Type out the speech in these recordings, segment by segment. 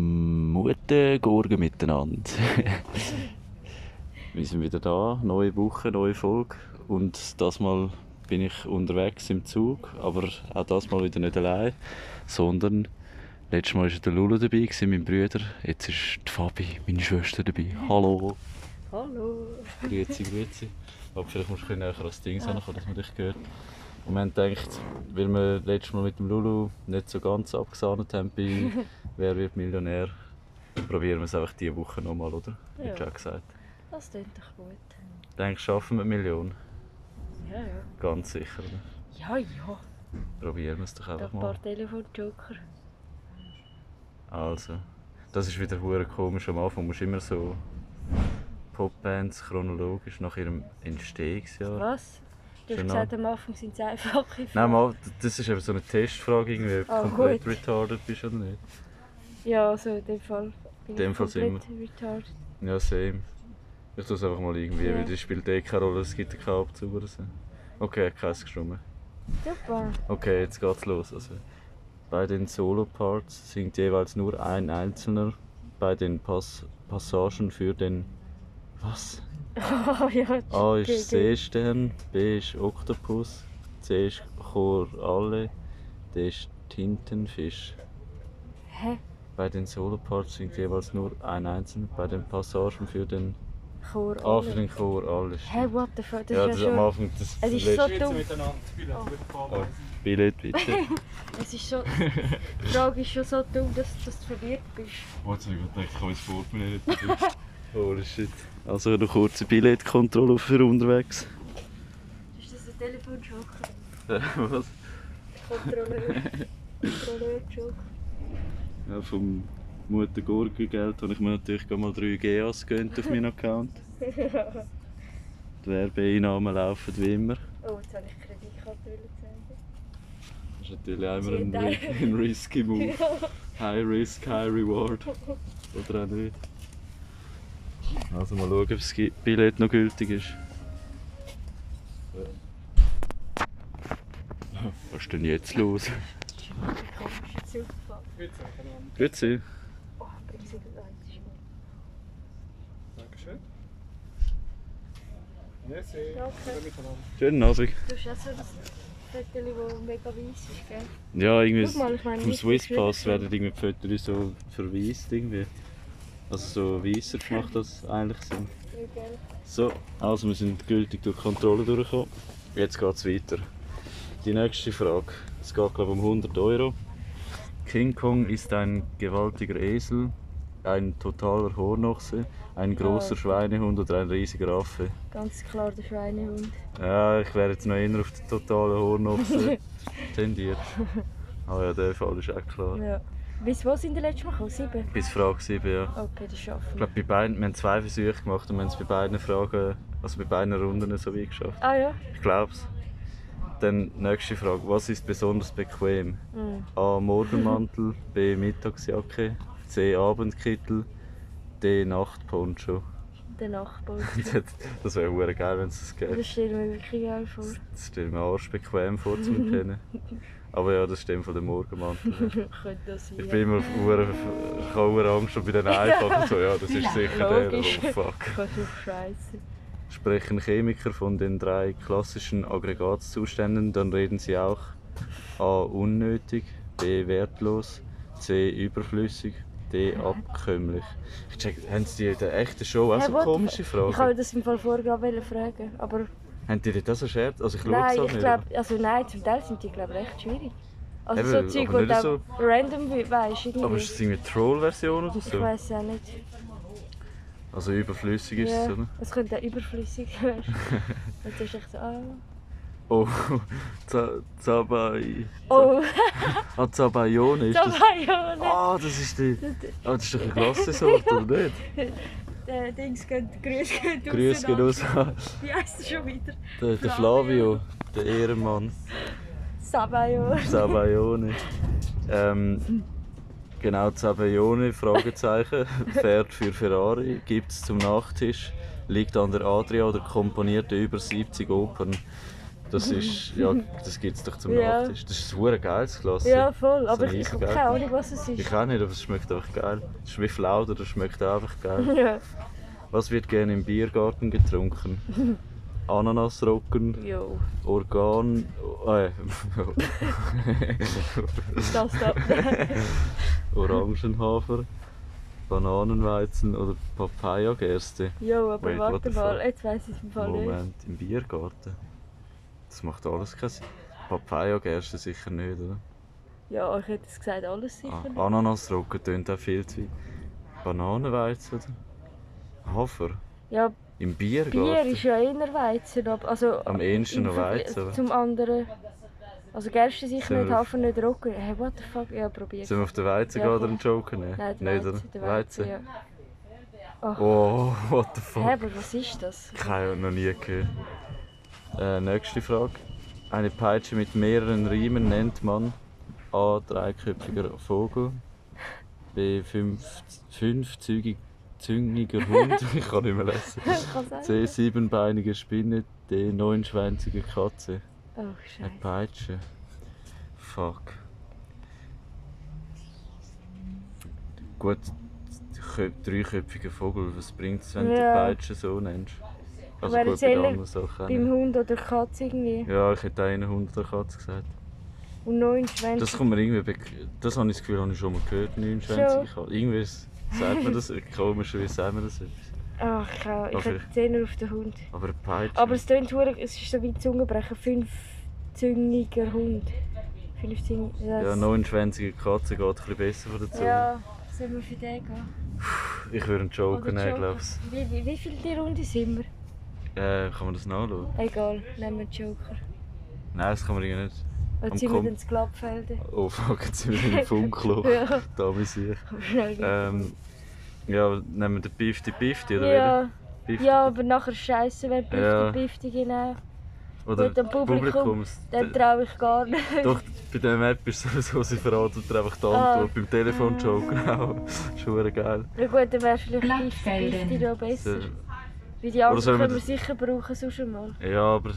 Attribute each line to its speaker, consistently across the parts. Speaker 1: Guten Morgen miteinander. Wir sind wieder da, neue Woche, neue Folge. Und das Mal bin ich unterwegs im Zug, aber auch das Mal wieder nicht allein, sondern letztes Mal war der Lulu dabei, gewesen, mein Bruder. Jetzt ist die Fabi, meine Schwester, dabei. Hallo.
Speaker 2: Hallo.
Speaker 1: Grüezi, grüezi. Aber vielleicht musst du ein bisschen näher ans Ding rankommen, dass man dich hört. Und wir haben gedacht, weil wir letztes Mal mit dem Lulu nicht so ganz abgesahnet haben bei «Wer wird Millionär?» probieren wir es einfach diese Woche nochmal, oder? Wie
Speaker 2: Ja.
Speaker 1: ja. schon gesagt.
Speaker 2: Das klingt doch gut.
Speaker 1: Denkst du, schaffen wir eine Million?
Speaker 2: Ja, ja.
Speaker 1: Ganz sicher, oder?
Speaker 2: Ja, ja.
Speaker 1: Probieren wir es doch
Speaker 2: Da
Speaker 1: einfach
Speaker 2: ein
Speaker 1: mal.
Speaker 2: paar Telefon-Joker.
Speaker 1: Also, das ist wieder hure komisch am Anfang. musst immer so Popbands chronologisch nach ihrem Entstehungsjahr.
Speaker 2: Was? Dus Du hast
Speaker 1: Genau.
Speaker 2: gesagt, am Anfang sind es einfache
Speaker 1: Nein,
Speaker 2: Fragen.
Speaker 1: mal, das ist eben so eine Testfrage, irgendwie, ob du
Speaker 2: Ah,
Speaker 1: komplett
Speaker 2: gut.
Speaker 1: retarded bist oder nicht.
Speaker 2: Ja, also in dem Fall.
Speaker 1: In
Speaker 2: Bin
Speaker 1: dem
Speaker 2: ich
Speaker 1: Fall sind
Speaker 2: komplett retarded.
Speaker 1: Ja, same. Ich tue es einfach mal irgendwie,
Speaker 2: Ja.
Speaker 1: weil das spielt eh keine Rolle, es gibt ja keinen Abzug oder so. Okay, keins gestimmt.
Speaker 2: Super.
Speaker 1: Okay, jetzt geht's los. Also, bei den Solo-Parts singt jeweils nur ein Einzelner. Bei den Pass Passagen für den. Was?
Speaker 2: Ah ja,
Speaker 1: A
Speaker 2: okay,
Speaker 1: ist
Speaker 2: okay.
Speaker 1: Seestern, B ist Oktopus, C ist Choralle, D ist Tintenfisch.
Speaker 2: Hä?
Speaker 1: Bei den Solo-Parts singt jeweils nur ein Einzelner. Bei den Passagen für den.
Speaker 2: Chor.
Speaker 1: Ah, für den Chor, alles.
Speaker 2: Hä, what the fuck? Das
Speaker 1: ja, das
Speaker 2: ist
Speaker 1: ist
Speaker 2: ja
Speaker 1: am
Speaker 2: schon...
Speaker 1: Anfang das
Speaker 2: Es ist so
Speaker 1: letzte-
Speaker 2: dumm.
Speaker 1: Oh, Billett, bitte.
Speaker 2: Es ist so... Die Frage ist schon so dumm, dass, dass du verwirrt bist.
Speaker 1: Warte, ich dachte, ich kann mein Portemonnaie nicht Holy shit. Also eine kurze Billettkontrolle für unterwegs.
Speaker 2: Ist das ein Telefon-Joker?
Speaker 1: Äh, Was?
Speaker 2: Kontrolleur. Kontrolleur-Joker.
Speaker 1: Ja, vom Mutter Gurgengeld habe ich mir natürlich gerade mal 3 GAs gönnt auf meinen Account. Die Werbeeinnahmen laufen wie immer.
Speaker 2: Oh, jetzt habe ich Kreditkarte gezählt.
Speaker 1: Das ist natürlich auch immer ein, ri- ein risky Move. High risk, high reward. Oder auch nicht. Also mal schauen, ob das Gi- Billett noch gültig ist. Was ist denn jetzt los?
Speaker 2: Komischer Zufall.
Speaker 1: Grüezi.
Speaker 2: Oh, bring sie gleich ein.
Speaker 3: Dankeschön. Merci.
Speaker 2: Danke.
Speaker 1: Schönen Abend.
Speaker 2: Du hast auch so ein Viertel, das mega weiss ist, gell?
Speaker 1: Ja, irgendwie
Speaker 2: Guck mal, ich meine,
Speaker 1: vom
Speaker 2: nicht so
Speaker 1: Swisspass
Speaker 2: schwierig.
Speaker 1: werden irgendwie die Fotos so verwaist. Irgendwie. Also so weißer gemacht, als sie eigentlich sind.
Speaker 2: Ja, gell?
Speaker 1: So, also wir sind gültig durch die Kontrolle durchgekommen. Jetzt geht es weiter. Die nächste Frage. Es geht glaube ich um 100 Euro. King Kong ist ein gewaltiger Esel, ein totaler Hornochse, ein großer
Speaker 2: Ah.
Speaker 1: Schweinehund oder ein riesiger Affe.
Speaker 2: Ganz klar der Schweinehund.
Speaker 1: Ja, ich wäre jetzt noch eher auf den totalen Hornochse tendiert. Aber ja, der Fall ist auch klar.
Speaker 2: Ja. Bis wo sind die letzten Mal gekommen? Sieben?
Speaker 1: Bis Frage 7, ja.
Speaker 2: Okay, das
Speaker 1: Ich
Speaker 2: schaffen wir.
Speaker 1: glaube, bei beiden, wir haben zwei Versuche gemacht und wir haben es bei beiden Fragen, also bei beiden Runden so wie geschafft.
Speaker 2: Ah ja?
Speaker 1: Ich glaube es. Dann nächste Frage. Was ist besonders bequem?
Speaker 2: Mhm.
Speaker 1: A. Morgenmantel, B. Mittagsjacke, C. Abendkittel, D. Nachtponcho.
Speaker 2: Der Nachbar.
Speaker 1: das wäre hure geil, wenn es das gäbe.
Speaker 2: Das stelle mir wirklich geil vor.
Speaker 1: Das stelle ich mir arsch bequem vor zum Pennen. Aber ja, das stimmt von dem Morgenmantel. her.
Speaker 2: Könnte das sein.
Speaker 1: Ich bin immer hure- ich habe hure Angst und bei den einfachen so, ja, das ist sicher der. Oh
Speaker 2: Logisch.
Speaker 1: fuck.
Speaker 2: Kannst du scheiße.
Speaker 1: Sprechen Chemiker von den drei klassischen Aggregatzuständen, dann reden sie auch A. unnötig, B. wertlos, C. überflüssig, D. abkömmlich. Ich check, haben sie die in der echten Show auch
Speaker 2: Hey,
Speaker 1: so
Speaker 2: what the-
Speaker 1: komische
Speaker 2: Ich wollte
Speaker 1: Fragen?
Speaker 2: das im Fall vorher fragen, aber
Speaker 1: Haben die dir das erschert? Also ich schaue es
Speaker 2: Nein,
Speaker 1: auch
Speaker 2: ich
Speaker 1: nicht.
Speaker 2: glaube, also nein, zum Teil sind die glaube recht schwierig. Also
Speaker 1: Eben,
Speaker 2: so Zeug,
Speaker 1: aber
Speaker 2: wo
Speaker 1: nicht
Speaker 2: du
Speaker 1: so-
Speaker 2: so random we- weisst, irgendwie.
Speaker 1: aber ist es irgendwie Troll-Version oder
Speaker 2: ich
Speaker 1: so?
Speaker 2: weiß ja nicht.
Speaker 1: Also überflüssig ist
Speaker 2: Ja,
Speaker 1: es, oder?
Speaker 2: es könnte auch überflüssig werden. Jetzt ist echt so, ah.
Speaker 1: Oh, Za- Zabai...
Speaker 2: Oh,
Speaker 1: Ah, Zabayone ist
Speaker 2: da
Speaker 1: das...
Speaker 2: war ja nicht.
Speaker 1: Ah, das ist die... Ah, das ist doch eine Klassensorte, oder nicht?
Speaker 2: Der Dings geht, Grüß geht raus.
Speaker 1: Grüß geht raus an-
Speaker 2: Wie heisst er schon wieder?
Speaker 1: Der, der Flavio, der Ehrenmann,
Speaker 2: Sabayo.
Speaker 1: Zabayone. Ähm, genau, Zabayone, Fragezeichen, Pferd für Ferrari, gibt es zum Nachtisch, liegt an der Adria oder komponierte über 70 Opern. Das ist, ja, das gibt es doch zum
Speaker 2: Ja.
Speaker 1: Nachtisch. Das ist ein verdammt geiles Glas.
Speaker 2: Ja, voll. Aber
Speaker 1: ein
Speaker 2: ich, ich habe
Speaker 1: riesiger
Speaker 2: keine Ahnung, was es ist.
Speaker 1: Ich auch nicht, aber es schmeckt einfach geil. Es ist wie Flauder, das schmeckt einfach geil.
Speaker 2: Ja.
Speaker 1: Was wird gerne im Biergarten getrunken? Ananasrocken,
Speaker 2: Jo,
Speaker 1: Organ... Äh,
Speaker 2: das da.
Speaker 1: Orangenhafer, Bananenweizen oder Papayagerste.
Speaker 2: Jo, aber
Speaker 1: Wait, what
Speaker 2: warte
Speaker 1: the
Speaker 2: mal,
Speaker 1: fuck?
Speaker 2: jetzt weiss ich es im Fall nicht.
Speaker 1: Moment, im Biergarten? Das macht alles keinen Sinn. Papayagerste sicher nicht, oder?
Speaker 2: Ja, oh, ich hätte es gesagt, alles sicher.
Speaker 1: Ah, Ananasrocken tönt auch viel zu weit. Bananenweizen, oder? Hafer?
Speaker 2: Ja,
Speaker 1: Im Biergarten?
Speaker 2: Bier ist ja eher Weizen. aber- Also,
Speaker 1: Am ehesten
Speaker 2: im
Speaker 1: noch
Speaker 2: Vergleich
Speaker 1: Weizen, oder?
Speaker 2: Zum anderen. Also Gerste sicher
Speaker 1: Sind
Speaker 2: nicht,
Speaker 1: wir auf-
Speaker 2: Hafer nicht, Rocken. Hey, what the fuck? Ja, probier.
Speaker 1: Sollen wir auf den Weizen
Speaker 2: Ja,
Speaker 1: gehen oder
Speaker 2: komm.
Speaker 1: einen Joker nehmen?
Speaker 2: Nein, der
Speaker 1: Nicht,
Speaker 2: Weizen,
Speaker 1: oder?
Speaker 2: der Weizen, ja.
Speaker 1: Oh, what the fuck.
Speaker 2: Hä, aber was ist das?
Speaker 1: Keine Ahnung, noch nie gehört. Äh, nächste Frage. Eine Peitsche mit mehreren Riemen nennt man A. Dreiköpfiger Vogel. B. Fünf, fünfzügig, züngiger Hund. Ich kann nicht mehr lesen.
Speaker 2: Kann sein.
Speaker 1: C. Siebenbeinige Spinne. D. Neunschwänzige Katze.
Speaker 2: Oh,
Speaker 1: Eine
Speaker 2: scheiße.
Speaker 1: Peitsche. Fuck. Gut, kö- dreiköpfiger Vogel, was bringt es, wenn du
Speaker 2: Ja.
Speaker 1: Peitsche so nennst? Also
Speaker 2: wäre
Speaker 1: gut,
Speaker 2: jetzt
Speaker 1: bei den
Speaker 2: eher
Speaker 1: anderen Sachen auch
Speaker 2: Beim
Speaker 1: nicht.
Speaker 2: Hund oder Katze irgendwie.
Speaker 1: Ja, ich hätte einen Hund oder Katze gesagt.
Speaker 2: Und neun Schwänze.
Speaker 1: Das kommt mir irgendwie bek- Das habe ich das Gefühl, habe ich schon mal gehört, neunschwänzige Katze. Irgendwie ist- sagt man das, komischerweise sagt man das etwas.
Speaker 2: Ach, ich, auch. ich
Speaker 1: Okay.
Speaker 2: hätte Zehner auf den Hund.
Speaker 1: Aber eine Peitsche...
Speaker 2: Aber es tönt hure- es ist so wie Zungenbrechen. Fünfzüngiger Hund. Fünfzüngiger.
Speaker 1: ja, neunschwänzige Katze geht ein bisschen besser von der Zunge.
Speaker 2: Ja, sind wir für den gehen?
Speaker 1: Ich würde einen Joker
Speaker 2: Oder
Speaker 1: nehmen,
Speaker 2: Joker.
Speaker 1: glaube ich.
Speaker 2: Wie, wie, wie viel die Runde sind wir?
Speaker 1: Äh, kann man das nachschauen?
Speaker 2: Egal, nehmen wir den Joker.
Speaker 1: Nein, das kann man irgendwie nicht. Am
Speaker 2: Jetzt sind
Speaker 1: Kom-
Speaker 2: wir dann ins Klappfelder.
Speaker 1: Oh fuck, jetzt sind wir im Funkloch.
Speaker 2: Ja.
Speaker 1: Da bin ich.
Speaker 2: Aber schnell wieder.
Speaker 1: Ähm, ja, nehmen wir den Pifti Pifti oder
Speaker 2: ja,
Speaker 1: welchen? Pifti?
Speaker 2: ja, aber nachher scheiße, wenn Pifti
Speaker 1: Ja.
Speaker 2: Pifti genau.
Speaker 1: Oder
Speaker 2: gut, am Publikum,
Speaker 1: Publikums.
Speaker 2: Dem traue ich gar nicht.
Speaker 1: Doch, bei dem App ist sowieso, sie verraten dir einfach die
Speaker 2: Ah.
Speaker 1: Antwort. Beim Telefon Joker auch. Schon geil.
Speaker 2: Ja gut, dann wäre vielleicht Pifti
Speaker 4: Blattfelder.
Speaker 2: Pifti noch besser.
Speaker 1: Der-
Speaker 2: Weil die anderen
Speaker 1: sollen wir
Speaker 2: können wir
Speaker 1: den-
Speaker 2: sicher brauchen, sonst mal.
Speaker 1: Ja, aber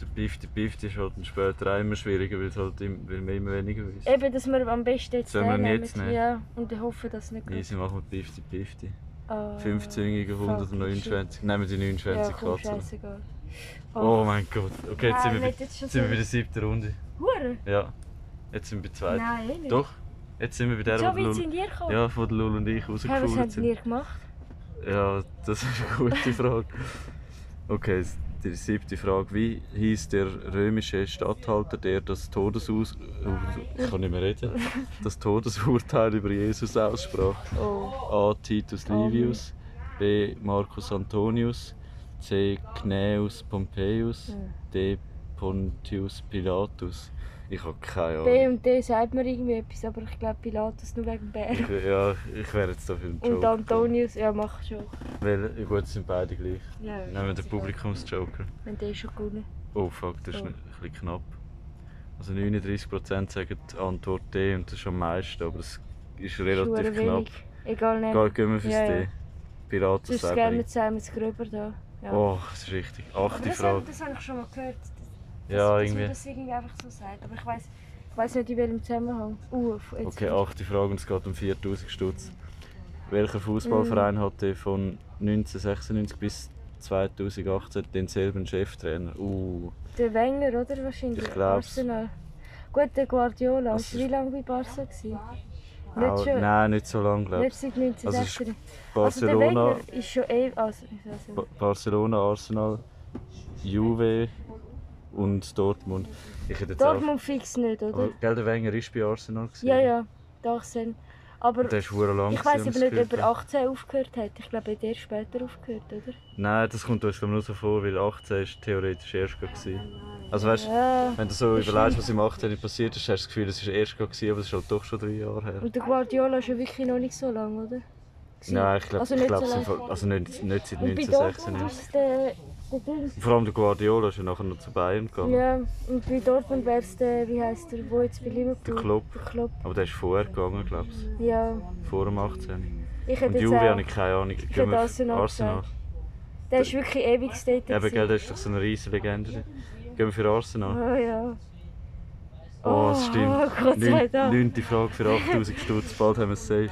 Speaker 1: der Pifti Pifti ist halt dann später auch immer schwieriger, weil, es halt im, weil man immer weniger weiß.
Speaker 2: Eben, dass wir am besten jetzt
Speaker 1: Sollen wir
Speaker 2: den
Speaker 1: ihn
Speaker 2: nehmen.
Speaker 1: jetzt nehmen?
Speaker 2: Ja, und ich hoffe, dass es nicht
Speaker 1: Easy machen wir Pifti Pifti.
Speaker 2: Ah,
Speaker 1: 15-jährige Hund
Speaker 2: fuck,
Speaker 1: oder 29. Nehmen wir die
Speaker 2: Ja,
Speaker 1: 29
Speaker 2: komm,
Speaker 1: Katzen.
Speaker 2: scheißegal.
Speaker 1: Oh mein Gott. Okay, jetzt
Speaker 2: Ah,
Speaker 1: sind wir, bei,
Speaker 2: nicht jetzt schon
Speaker 1: jetzt sind wir
Speaker 2: so-
Speaker 1: bei der siebten Runde.
Speaker 2: Hure?
Speaker 1: Ja, jetzt sind wir bei zweit.
Speaker 2: Nein, eh nicht.
Speaker 1: Doch, jetzt sind wir bei der,
Speaker 2: So
Speaker 1: wo der
Speaker 2: weit
Speaker 1: Lul,
Speaker 2: sind ihr gekommen?
Speaker 1: ja, wo der Lul und ich
Speaker 2: Hä, was
Speaker 1: rausgefahren
Speaker 2: habt ihr
Speaker 1: sind.
Speaker 2: gemacht?
Speaker 1: Ja, das ist eine gute Frage. Okay, s- die siebte Frage. Wie hieß der römische Statthalter, der das Todesus...
Speaker 2: Äh.
Speaker 1: Ich kann nicht mehr reden. Das Todesurteil über Jesus aussprach?
Speaker 2: Oh.
Speaker 1: A. Titus Livius, B. Marcus Antonius, C. Gnaeus Pompeius,
Speaker 2: Äh.
Speaker 1: D. Pontius Pilatus. Ich habe keine
Speaker 2: B
Speaker 1: Ahnung.
Speaker 2: und D sagt mir irgendwie etwas, aber ich glaube Pilatus nur wegen Bär.
Speaker 1: Ich, ja, ich wäre jetzt dafür ein Joker.
Speaker 2: Und Antonius, ja mach schon.
Speaker 1: Weil, gut, es sind beide gleich.
Speaker 2: Ja,
Speaker 1: Nehmen wir den Publikumsjoker.
Speaker 2: Wenn der schon gewonnen.
Speaker 1: Oh fuck, das ist
Speaker 2: Oh.
Speaker 1: ein bisschen knapp. Also 39% sagen die Antwort D und das ist am meisten, aber es ist relativ
Speaker 2: Schuhe
Speaker 1: knapp.
Speaker 2: wenig. Egal, nehmen.
Speaker 1: Gehen, gehen wir fürs
Speaker 2: Ja, ja.
Speaker 1: D. Pilatus
Speaker 2: Sonst
Speaker 1: sagt
Speaker 2: gehen
Speaker 1: man.
Speaker 2: wir zusammen ins Gröber da. Ja.
Speaker 1: Oh, das ist richtig. Achte Frage.
Speaker 2: habe ich schon mal gehört. dass-
Speaker 1: Ja, irgendwie.
Speaker 2: das irgendwie einfach so sagt. Aber ich weiß ich weiss nicht, in welchem Zusammenhang. Uh, auf- jetzt
Speaker 1: Okay, achte Frage und es geht um 4000 Stutz. Welcher Fußballverein
Speaker 2: Mm.
Speaker 1: hatte von 1996 bis 2018 denselben Cheftrainer? Uh,
Speaker 2: Der Wenger, oder? Wahrscheinlich.
Speaker 1: Ich glaub's.
Speaker 2: Arsenal. Gut, der Guardiola.
Speaker 1: Das
Speaker 2: Hast du
Speaker 1: ist-
Speaker 2: wie lange bei Barca? Gewesen?
Speaker 1: auch,
Speaker 2: Nicht schon.
Speaker 1: nein, nicht so lange, glaube
Speaker 2: Nicht
Speaker 1: ich.
Speaker 2: seit
Speaker 1: Also es ist
Speaker 2: 1960. Also der
Speaker 1: Barcelona,
Speaker 2: Wenger ist schon eh. Also, ich weiß nicht.
Speaker 1: Ba- Barcelona, Arsenal, Juve und Dortmund. Ich hätte jetzt
Speaker 2: Dortmund fix nicht,
Speaker 1: auch. Aber,
Speaker 2: oder?
Speaker 1: gell, der Wenger ist bei Arsenal gewesen.
Speaker 2: Ja, ja, doch sind. Aber
Speaker 1: Und Der ist verdammt lang.
Speaker 2: ich weiß
Speaker 1: gewesen,
Speaker 2: eben
Speaker 1: habe ich
Speaker 2: nicht,
Speaker 1: das
Speaker 2: ob er
Speaker 1: Gefühl.
Speaker 2: 18 aufgehört hat. Ich glaube, er hat erst später aufgehört, oder?
Speaker 1: Nein, das kommt uns glaub ich, nur so vor, weil 18 ist theoretisch erst gerade gewesen. Also weißt,
Speaker 2: Ja.
Speaker 1: Wenn du so
Speaker 2: Das
Speaker 1: überlegst, was im 18. passiert ist, hast du das Gefühl, es war erst gerade, gewesen, aber es ist halt doch schon drei Jahre her.
Speaker 2: Und der Guardiola ist ja wirklich noch nicht so lange, oder? Gewesen.
Speaker 1: Nein, ich glaube,
Speaker 2: Also
Speaker 1: ich
Speaker 2: nicht
Speaker 1: glaub,
Speaker 2: so
Speaker 1: es
Speaker 2: lange.
Speaker 1: im Fall- also nicht, nicht seit
Speaker 2: Und bei Dortmund eh,
Speaker 1: 1996.
Speaker 2: ist der. der Dings.
Speaker 1: Vor allem der Guardiola ist ja nachher noch zu Bayern gegangen.
Speaker 2: Ja, und bei Dortmund wäre es der, wie heißt der, wo jetzt bei Liverpool?
Speaker 1: Der Klopp.
Speaker 2: Der Klopp,
Speaker 1: Aber der ist vorher gegangen, glaube ich.
Speaker 2: ja.
Speaker 1: Vor dem 18.
Speaker 2: Ich
Speaker 1: Und
Speaker 2: hätte jetzt
Speaker 1: Juve habe ich
Speaker 2: auch,
Speaker 1: keine Ahnung. Gehen
Speaker 2: hätte
Speaker 1: wir auf
Speaker 2: Arsenal
Speaker 1: Arsenal.
Speaker 2: der ist wirklich ewig tätig.
Speaker 1: Eben, gell,
Speaker 2: gewesen.
Speaker 1: der ist doch so eine riesige Legende. Gehen wir für Arsenal.
Speaker 2: Oh ja.
Speaker 1: Oh, es
Speaker 2: Oh
Speaker 1: stimmt.
Speaker 2: Gott sei Dank.
Speaker 1: Neunte Frage für 8000 Stutz, bald haben wir es safe.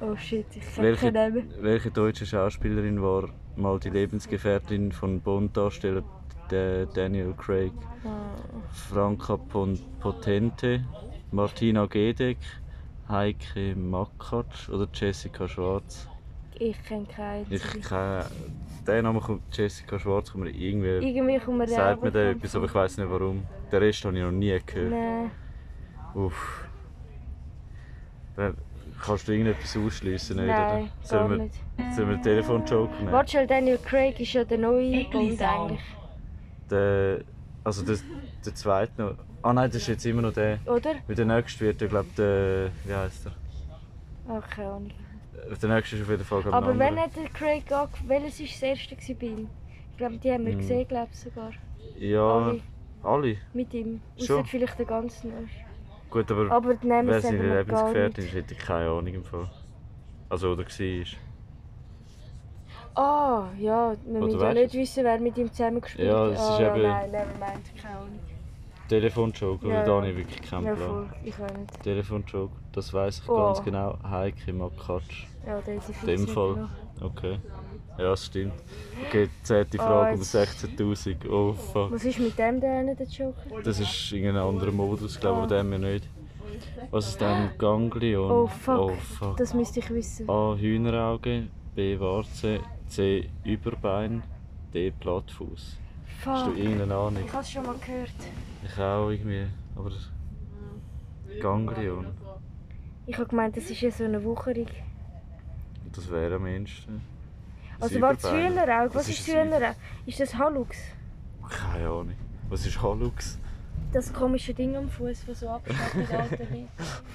Speaker 2: Oh shit, ich kann
Speaker 1: Welche,
Speaker 2: keinen Namen.
Speaker 1: welche deutsche Schauspielerin war mal die Lebensgefährtin von Bond-Darsteller D- Daniel Craig?
Speaker 2: Ah,
Speaker 1: Franca Pon- Potente, Martina Gedeck, Heike Makatsch oder Jessica Schwarz?
Speaker 2: Ich kenne keinen.
Speaker 1: Ich kenne den Namen kommt Jessica Schwarz, kommt mir irgendwie
Speaker 2: Irgendwie kommt mir der
Speaker 1: sagt
Speaker 2: auch
Speaker 1: mir der
Speaker 2: bekannt
Speaker 1: etwas, aber ich weiß nicht warum. Den Rest habe ich noch nie
Speaker 2: vor.
Speaker 1: gehört.
Speaker 2: Nein.
Speaker 1: Uff. Wer- Kannst du irgendetwas ausschliessen? nicht,
Speaker 2: Nein,
Speaker 1: oder?
Speaker 2: gar
Speaker 1: Sollen wir,
Speaker 2: nicht.
Speaker 1: sollen wir den Telefonjoker nehmen?
Speaker 2: Marshall Daniel Craig ist ja der neue Bond eigentlich.
Speaker 1: Der, also der, der zweite noch. Ah nein, das ist jetzt immer noch der.
Speaker 2: Oder?
Speaker 1: Mit der nächsten wird, ich glaube, der. Wie heißt er?
Speaker 2: Ach, keine Ahnung.
Speaker 1: Der nächste ist auf jeden Fall glaub, ein
Speaker 2: Aber
Speaker 1: anderer.
Speaker 2: wenn hat der Craig angefangen? Welches war das erste gewesen bei ihm? Ich glaube, die haben wir
Speaker 1: Hm.
Speaker 2: gesehen, glaube ich sogar.
Speaker 1: Ja,
Speaker 2: Alle
Speaker 1: alle.
Speaker 2: mit ihm.
Speaker 1: Schon.
Speaker 2: Außer vielleicht der ganz neue.
Speaker 1: Gut, aber,
Speaker 2: Aber die Namen
Speaker 1: wer
Speaker 2: sind
Speaker 1: seine
Speaker 2: wir gar
Speaker 1: Lebensgefährtin
Speaker 2: nicht.
Speaker 1: ist, hätte ich keine Ahnung im Fall. Also, oder war.
Speaker 2: Ah, ja, wir
Speaker 1: Oder
Speaker 2: müssen ja
Speaker 1: weisst
Speaker 2: nicht wissen, wer mit ihm zusammen gespielt
Speaker 1: Ja,
Speaker 2: hat.
Speaker 1: das ist
Speaker 2: Ah, ja,
Speaker 1: eben-
Speaker 2: Nein, nevermind, keine Ahnung.
Speaker 1: Telefonjoker,
Speaker 2: Ja,
Speaker 1: oder
Speaker 2: ja.
Speaker 1: da habe ich wirklich keinen
Speaker 2: Ja,
Speaker 1: Plan.
Speaker 2: voll, ich auch nicht.
Speaker 1: Telefonjoker, das weiß ich
Speaker 2: Oh.
Speaker 1: ganz genau. Heike Makatsch.
Speaker 2: Ja, da hätte ich fix
Speaker 1: In dem
Speaker 2: nicht
Speaker 1: Fall.
Speaker 2: genommen.
Speaker 1: Okay. Ja, das stimmt. Okay, zehnte
Speaker 2: Oh,
Speaker 1: Frage um
Speaker 2: jetzt-
Speaker 1: 16.000. Oh fuck.
Speaker 2: Was ist mit dem da hinten, der Joker?
Speaker 1: Das ist irgendein anderer Modus, glaube ich, aber den haben wir nicht. Was ist denn Ganglion?
Speaker 2: Oh fuck.
Speaker 1: Oh fuck. Oh,
Speaker 2: das müsste ich wissen.
Speaker 1: A. Hühnerauge, B. Warze, C. Überbein, D. Plattfuß. Hast du
Speaker 2: fuck.
Speaker 1: irgendeine Ahnung?
Speaker 2: Ich habe es schon mal gehört.
Speaker 1: Ich auch irgendwie, aber. Ganglion.
Speaker 2: Ich habe gemeint, das ist ja so eine Wucherung.
Speaker 1: Das wäre am ehesten. Das
Speaker 2: Also warte, das
Speaker 1: Überbein.
Speaker 2: Hühnerauge, was
Speaker 1: Das
Speaker 2: ist das
Speaker 1: ist ein
Speaker 2: Hühnerauge? Ist das Halux?
Speaker 1: Keine Ahnung. Was ist Halux?
Speaker 2: Das komische Ding am Fuß, das so abschneidet mit alten Leuten.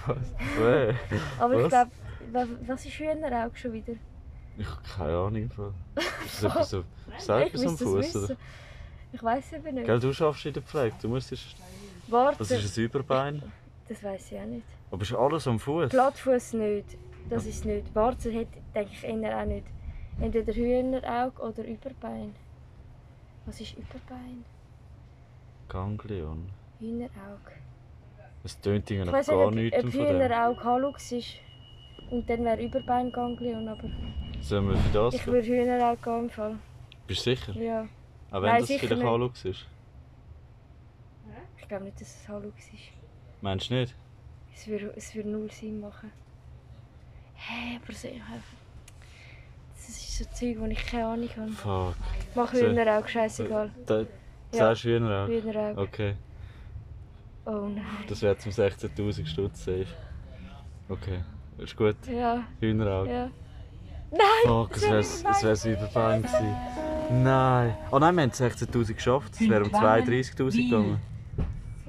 Speaker 1: Was? Wer?
Speaker 2: Aber ich
Speaker 1: Was?
Speaker 2: glaube, wa- was ist Hühnerauge schon wieder?
Speaker 1: Ich habe keine Ahnung. im Fall. Ist das etwas so. Sag
Speaker 2: Ich
Speaker 1: etwas am
Speaker 2: müsste das
Speaker 1: Fuß?
Speaker 2: wissen.
Speaker 1: oder?
Speaker 2: Ich weiß eben nicht.
Speaker 1: Gell, du schaffst in der Pflege. Du musst.
Speaker 2: Warte,
Speaker 1: Was ist ein Überbein?
Speaker 2: das weiß ich auch nicht.
Speaker 1: Aber ist alles am Fuß?
Speaker 2: Plattfuß nicht, das ist nicht. Warze hat, denke ich, eher auch nicht. Entweder Hühnerauge oder Überbein. Was ist Überbein?
Speaker 1: Ganglion.
Speaker 2: Hühnerauge.
Speaker 1: Es tönt irgendwie
Speaker 2: Ich
Speaker 1: noch
Speaker 2: weiß nicht,
Speaker 1: gar
Speaker 2: ob,
Speaker 1: nichts von
Speaker 2: ob
Speaker 1: dem.
Speaker 2: Hühnerauge Halux ist. Und dann wäre Überbein Ganglion, aber
Speaker 1: Sollen wir für das
Speaker 2: ich
Speaker 1: gehen?
Speaker 2: würde Hühnerauge gehen im Fall.
Speaker 1: Bist du sicher?
Speaker 2: Ja.
Speaker 1: Auch wenn
Speaker 2: Nein,
Speaker 1: das
Speaker 2: sicher
Speaker 1: vielleicht
Speaker 2: nicht.
Speaker 1: Halux ist.
Speaker 2: Ich glaube nicht, dass es Halux ist.
Speaker 1: Meinst du nicht?
Speaker 2: Es würde, es würde null Sinn machen. Hä, aber so, ja, das ist so Zeug, wo ich keine Ahnung habe.
Speaker 1: Fuck.
Speaker 2: Mach
Speaker 1: So.
Speaker 2: Hühnerauge, scheißegal.
Speaker 1: Da
Speaker 2: Ja.
Speaker 1: sagst du Hühnerauge?
Speaker 2: Hühnerauge.
Speaker 1: Okay.
Speaker 2: Oh nein.
Speaker 1: Das wäre zum 16.000 Stutz safe. Okay. Ist gut.
Speaker 2: Ja,
Speaker 1: Hühnerauge.
Speaker 2: ja.
Speaker 1: Fuck, es wäre es wieder Bein gewesen. Nein. Oh nein, wir haben 16.000 geschafft. Es wäre um 32.000 gegangen.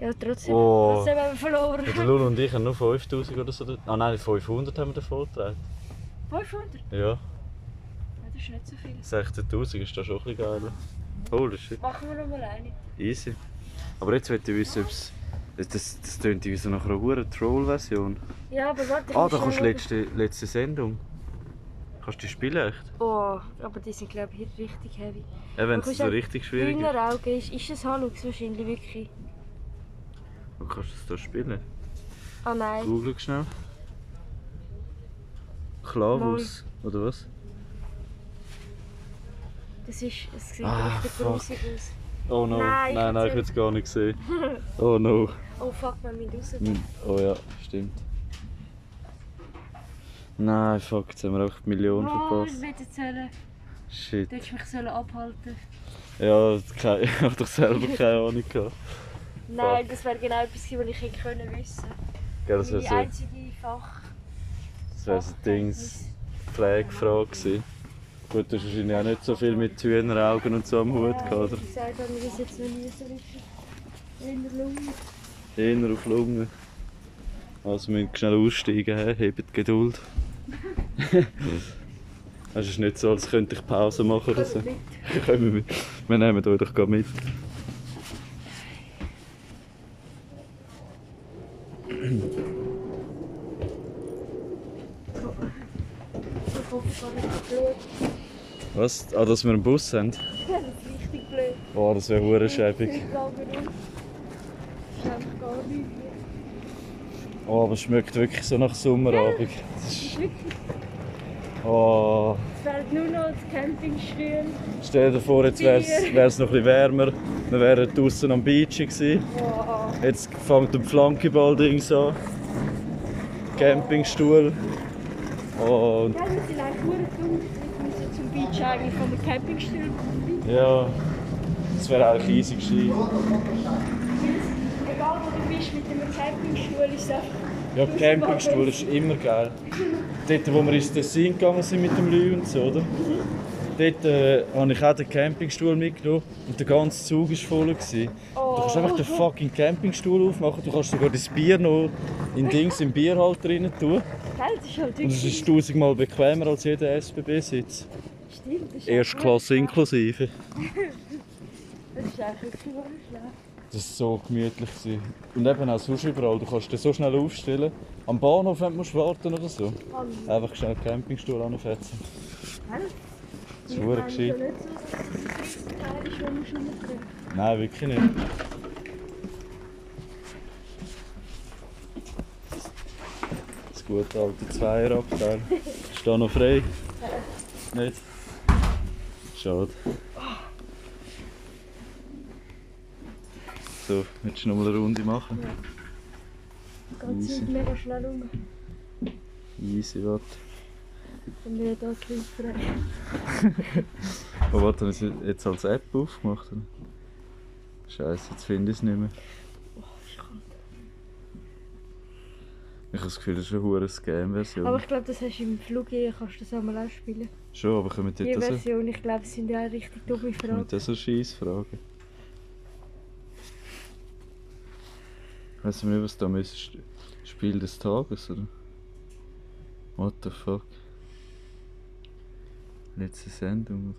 Speaker 2: Ja, trotzdem.
Speaker 1: Oh.
Speaker 2: Trotzdem haben wir
Speaker 1: Ja,
Speaker 2: verloren.
Speaker 1: Der Lulu und ich haben nur 5.000 oder so. Ah nein, 500 haben wir davon getragen.
Speaker 2: 500?
Speaker 1: Ja.
Speaker 2: Das ist nicht so viel.
Speaker 1: 16.000 ist da schon ein bisschen geiler. Holy shit.
Speaker 2: Machen wir nochmal eine.
Speaker 1: Easy. Aber jetzt möchte ich wissen, ob es. Das, das, das klingt wie so nach einer hohen Troll-Version.
Speaker 2: Ja, aber warte, ich
Speaker 1: Ah,
Speaker 2: muss
Speaker 1: da
Speaker 2: schnell
Speaker 1: kommst du
Speaker 2: schauen.
Speaker 1: letzte, letzte Sendung. Kannst du die spielen echt?
Speaker 2: Oh, aber die sind glaube ich richtig heavy.
Speaker 1: Eben, wenn
Speaker 2: Da
Speaker 1: es
Speaker 2: kommst
Speaker 1: so
Speaker 2: du-
Speaker 1: richtig schwierig ist.
Speaker 2: Hühnerauge ist, ist das Halux wahrscheinlich wirklich?
Speaker 1: Dann kannst du es da spielen.
Speaker 2: Ah nein.
Speaker 1: Google schnell. Klavus, oder was?
Speaker 2: Das ist, es sieht
Speaker 1: Ah,
Speaker 2: richtig
Speaker 1: fuck.
Speaker 2: grusig aus.
Speaker 1: Oh no,
Speaker 2: Nein,
Speaker 1: nein,
Speaker 2: ich
Speaker 1: nein, ich
Speaker 2: erzähl-
Speaker 1: würde es gar nicht sehen. Oh no.
Speaker 2: Oh fuck, man mit raus.
Speaker 1: Hm, Oh ja, stimmt. Nein, fuck, jetzt haben wir einfach die Million
Speaker 2: Oh, ich
Speaker 1: verpasst.
Speaker 2: hätte sollen,
Speaker 1: Shit.
Speaker 2: du hättest mich sollen abhalten.
Speaker 1: Ja, keine, ich habe doch selber keine Ahnung gehabt.
Speaker 2: Nein, das wäre genau etwas, gewesen, was ich hätte können wissen.
Speaker 1: Gell, das wäre
Speaker 2: Meine
Speaker 1: so,
Speaker 2: einzige Fach.
Speaker 1: das wär so Dings, Pflegefrage gewesen. Gut, du hast wahrscheinlich auch nicht so viel mit Hühneraugen und so am Hut gehabt, oder?
Speaker 2: Ich sage, wir wissen jetzt noch nie so richtig. In der Lunge.
Speaker 1: Eher auf Lungen. Also wir müssen schnell aussteigen, he? hebt Geduld. Es ist nicht so, als könnte ich Pause machen oder so. Kommen wir mit. Wir nehmen euch doch gerade mit.
Speaker 2: Ich hoffe, ich habe nicht geschaut.
Speaker 1: Was? Ah, dass wir einen Bus haben?
Speaker 2: Das ist wichtig.
Speaker 4: richtig blöd.
Speaker 1: Oh, das wäre hure schäbig.
Speaker 4: Ich glaube, warum? Das ist einfach gar nichts.
Speaker 1: Oh, aber es schmeckt wirklich so nach Sommerabend. Das ist- Oh,
Speaker 4: Es fehlt nur noch das Campingstuhl.
Speaker 1: stell dir vor, jetzt wäre es noch ein bisschen wärmer. Wir wären draußen am Beach gewesen.
Speaker 4: Wow.
Speaker 1: Jetzt fängt der Flankeball-Dings an. Campingstuhl. Oh, und
Speaker 4: Ja, wir sind eigentlich nur dumm. Wir müssen zum Beach eigentlich von der Campingstuhl.
Speaker 1: ja. Das wäre auch easy gewesen.
Speaker 4: Egal wo du bist, mit dem Campingstuhl ist es einfach...
Speaker 1: Ja, Campingstuhl ist immer geil. Dort, wo wir ins Tessin gegangen sind mit dem Lü und so, oder? Dort äh, habe ich auch den Campingstuhl mitgenommen und der ganze Zug war voll. Gewesen. Du kannst einfach den fucking Campingstuhl aufmachen, du kannst sogar das Bier noch in Dings im Bierhalter rein
Speaker 4: Gell,
Speaker 1: tun.
Speaker 4: das ist halt
Speaker 1: Und es ist
Speaker 4: wirklich...
Speaker 1: tausendmal bequemer als jeder SBB-Sitz.
Speaker 4: Stimmt, das ist
Speaker 1: Erstklasse
Speaker 4: eigentlich-
Speaker 1: inklusive.
Speaker 4: Das ist eigentlich wirklich wunderschön.
Speaker 1: Das war so gemütlich. gewesen. Und eben auch sonst überall. Du kannst den so schnell aufstellen. Am Bahnhof wenn du musst warten oder so.
Speaker 4: Mann,
Speaker 1: Einfach schnell den Campingstuhl anfetzen.
Speaker 4: gell?
Speaker 1: Das ist verdammt gescheit.
Speaker 4: Ich kann schon nicht so, dass es ein riesen Teil ist, wo man schon mitbringt.
Speaker 1: Nein, wirklich nicht. Das gute alte Zweierabteil. Ist da noch frei? Nicht? Schade. So, willst du noch mal eine Runde machen?
Speaker 2: Geht es
Speaker 1: Easy.
Speaker 2: nicht mega schnell um.
Speaker 1: Easy, warte.
Speaker 2: Dann wäre das links frei.
Speaker 1: Oh, warte, haben wir es jetzt als App aufgemacht? oder? Scheiße, jetzt finde ich es nicht mehr. Ich habe das Gefühl, das ist eine hure Scam-Version.
Speaker 2: Aber ich glaube, das hast du im Flug eh, kannst du das einmal auch spielen.
Speaker 1: Schon, aber kommen
Speaker 2: Die
Speaker 1: dort so,
Speaker 2: Version, ich glaube, es sind ja auch richtig dumme Fragen.
Speaker 1: kommen dort so Scheissfragen? Weißt du nicht, was da ist? Spiel des Tages, oder? What the fuck? Letzte Sendung,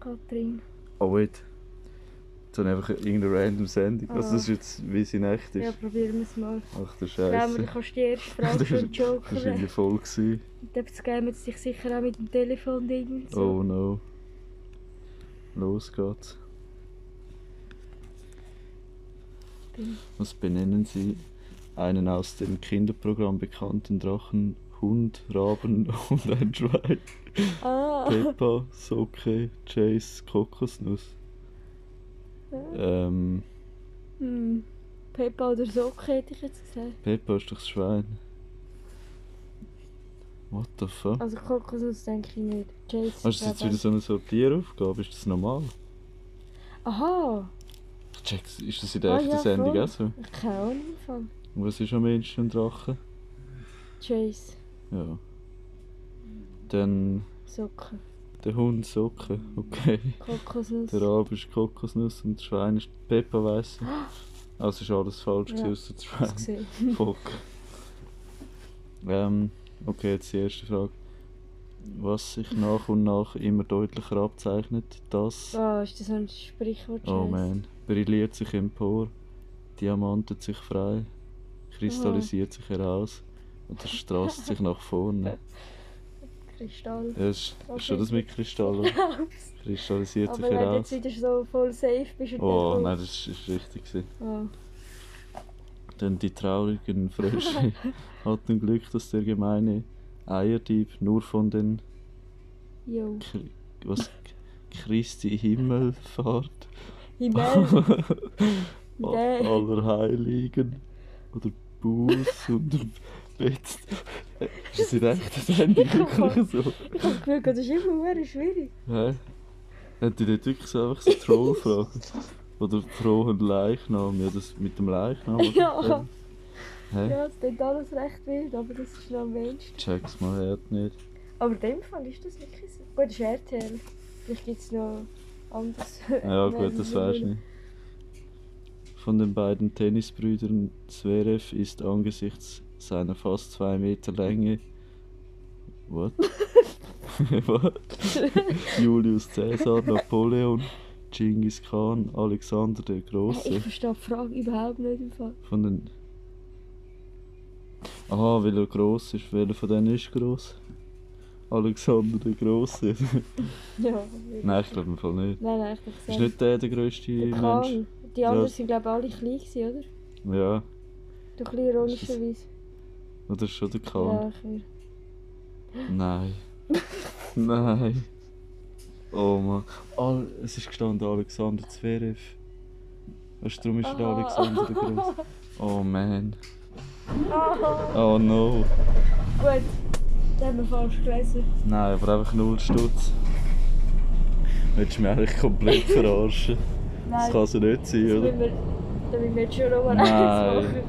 Speaker 1: oder?
Speaker 2: Katrin.
Speaker 1: Oh, wait. Dann einfach irgendeine random Sendung. Also, das ist jetzt, wie sie echt
Speaker 2: Ah. Ja,
Speaker 1: ist.
Speaker 2: probieren wir es mal.
Speaker 1: Ach du
Speaker 2: Glauben wir,
Speaker 1: Scheiße.
Speaker 2: du kannst die erste Frage
Speaker 1: Das
Speaker 2: schon
Speaker 1: war
Speaker 2: jokern.
Speaker 1: irgendwie voll. Gewesen.
Speaker 2: Und dann scammen sie dich sicher auch mit dem Telefon ding und so.
Speaker 1: Oh no. Los geht's.
Speaker 2: Bin-
Speaker 1: Was benennen Sie einen aus dem Kinderprogramm bekannten Drachen, Hund, Raben und ein Schwein? Oh.
Speaker 2: Ah,
Speaker 1: Peppa, Socke, Chase, Kokosnuss. Ähm,
Speaker 2: hm. Peppa oder Socke hätte ich jetzt gesagt.
Speaker 1: Peppa ist doch das Schwein. What the fuck?
Speaker 2: Also Kokosnuss denke ich nicht. Chase.
Speaker 1: Hast du jetzt wieder so eine Sortieraufgabe? Ist das normal?
Speaker 2: Aha!
Speaker 1: Checks, ist das in der
Speaker 2: Ah,
Speaker 1: echten
Speaker 2: ja,
Speaker 1: Sendung
Speaker 2: voll.
Speaker 1: auch so?
Speaker 2: Ich kann auch nicht anfangen.
Speaker 1: Und Was ist ein Mensch und ein Drache?
Speaker 2: Chase.
Speaker 1: Ja. Dann
Speaker 2: Socke.
Speaker 1: der Hund Socken, okay.
Speaker 2: Kokosnuss.
Speaker 1: Der Rabe ist Kokosnuss und das Schwein ist Peppa weiss ich. Also ist alles falsch
Speaker 2: Ja.
Speaker 1: gewesen, außer das
Speaker 2: Das
Speaker 1: Schwein.
Speaker 2: gesehen.
Speaker 1: Fuck. Ähm, okay, jetzt die erste Frage. Was sich nach und nach immer deutlicher abzeichnet, das.
Speaker 2: Ah, ist das so ein Sprichwort?
Speaker 1: Oh
Speaker 2: Chase?
Speaker 1: man, brilliert sich empor, diamantet sich frei, kristallisiert sich heraus und strasst sich nach vorne.
Speaker 2: Kristall.
Speaker 1: Ja, ist, ist schon das mit Kristall, oder? kristallisiert sich
Speaker 2: Aber wenn du jetzt
Speaker 1: heraus.
Speaker 2: wieder so voll safe bist und
Speaker 1: Oh
Speaker 2: dann-
Speaker 1: nein, das ist, ist richtig. Gewesen.
Speaker 2: Ah.
Speaker 1: Denn die traurigen Frösche hatten Glück, dass der gemeine Eierdieb nur von den
Speaker 2: Jo.
Speaker 1: Kri- was, Christi Himmelfahrt
Speaker 2: Himmel. Nein.
Speaker 1: Allerheiligen oder Buß und Betz. Äh, Ist das nicht echt das Handy wirklich so?
Speaker 2: Ich habe gefühlt, das ist immer verdammt schwierig.
Speaker 1: Hä? Haben die nicht wirklich so einfach so Trollfragen? Oder frohen Leichnam? Ja, das mit dem Leichnam. oder?
Speaker 2: Ja.
Speaker 1: Hä?
Speaker 2: Ja, es klingt alles recht wild, aber das ist noch am wenigsten.
Speaker 1: Check's mal her nicht.
Speaker 2: Aber in dem Fall ist das wirklich so. Gut, das ist RTL. Vielleicht gibt es noch anders.
Speaker 1: Ja gut, das weisst du nicht. Von den beiden Tennisbrüdern Zverev ist angesichts seiner fast zwei Meter Länge. What? What? Julius Caesar, Napoleon, Genghis Khan, Alexander der
Speaker 2: Ich
Speaker 1: Große.
Speaker 2: verstehe die Frage überhaupt nicht im Fall.
Speaker 1: Von den. Aha, weil er gross ist. Welcher von denen ist gross? Alexander der Große.
Speaker 5: Ja.
Speaker 1: Nein, ich glaube im Fall nicht.
Speaker 5: Nein, nein, ich denke
Speaker 1: Ist nicht der der grösste Mensch?
Speaker 5: Karl. Die anderen
Speaker 1: Ja.
Speaker 5: sind glaube ich alle klein gewesen, oder?
Speaker 1: Ja,
Speaker 5: Doch ein bisschen ironischerweise.
Speaker 1: oder ist schon der Karl?
Speaker 5: Ja, ich will.
Speaker 1: Nein. Nein. Oh Mann. Al es ist gestanden Alexander Zverev. Weißt du, darum ist er der
Speaker 2: Ah.
Speaker 5: Aha.
Speaker 1: Alexander der Große. Oh man. Oh no.
Speaker 2: Gut, das haben wir falsch gelesen.
Speaker 1: Nein, aber einfach null Stutz. Willst du mich eigentlich komplett verarschen? Das
Speaker 2: Nein,
Speaker 1: kann so nicht sein,
Speaker 2: das
Speaker 1: oder?
Speaker 2: müssen wir, da müssen wir jetzt schon nochmal eins
Speaker 1: Nein.
Speaker 2: machen.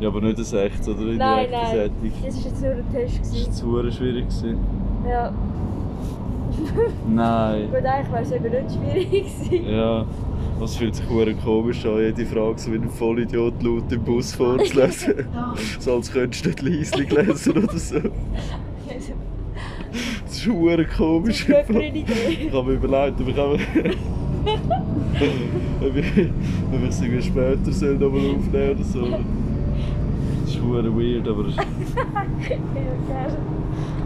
Speaker 1: Ja, aber nicht das echt, oder? In
Speaker 2: Nein,
Speaker 1: der
Speaker 2: nein.
Speaker 1: echten Sättung.
Speaker 2: Das war jetzt nur ein Test.
Speaker 1: Das
Speaker 2: Gewesen.
Speaker 1: war zu schwierig. gewesen.
Speaker 2: Ja,
Speaker 1: Nein.
Speaker 2: gut, eigentlich war es eben nicht schwierig gewesen.
Speaker 1: Ja. Es fühlt sich hure komisch an, jede Frage so wie ein Vollidiot laut im Bus vorzulesen. so als könntest du nicht leislich lesen oder so.
Speaker 2: Also,
Speaker 1: Das ist hure
Speaker 2: Das
Speaker 1: komisch.
Speaker 2: ist eine bessere Idee.
Speaker 1: Ich habe mir überlegt, ob ich auch... ob ich ob ich es irgendwie später soll nochmal aufnehmen oder so. Das ist hure weird, aber...
Speaker 2: Ja, gell.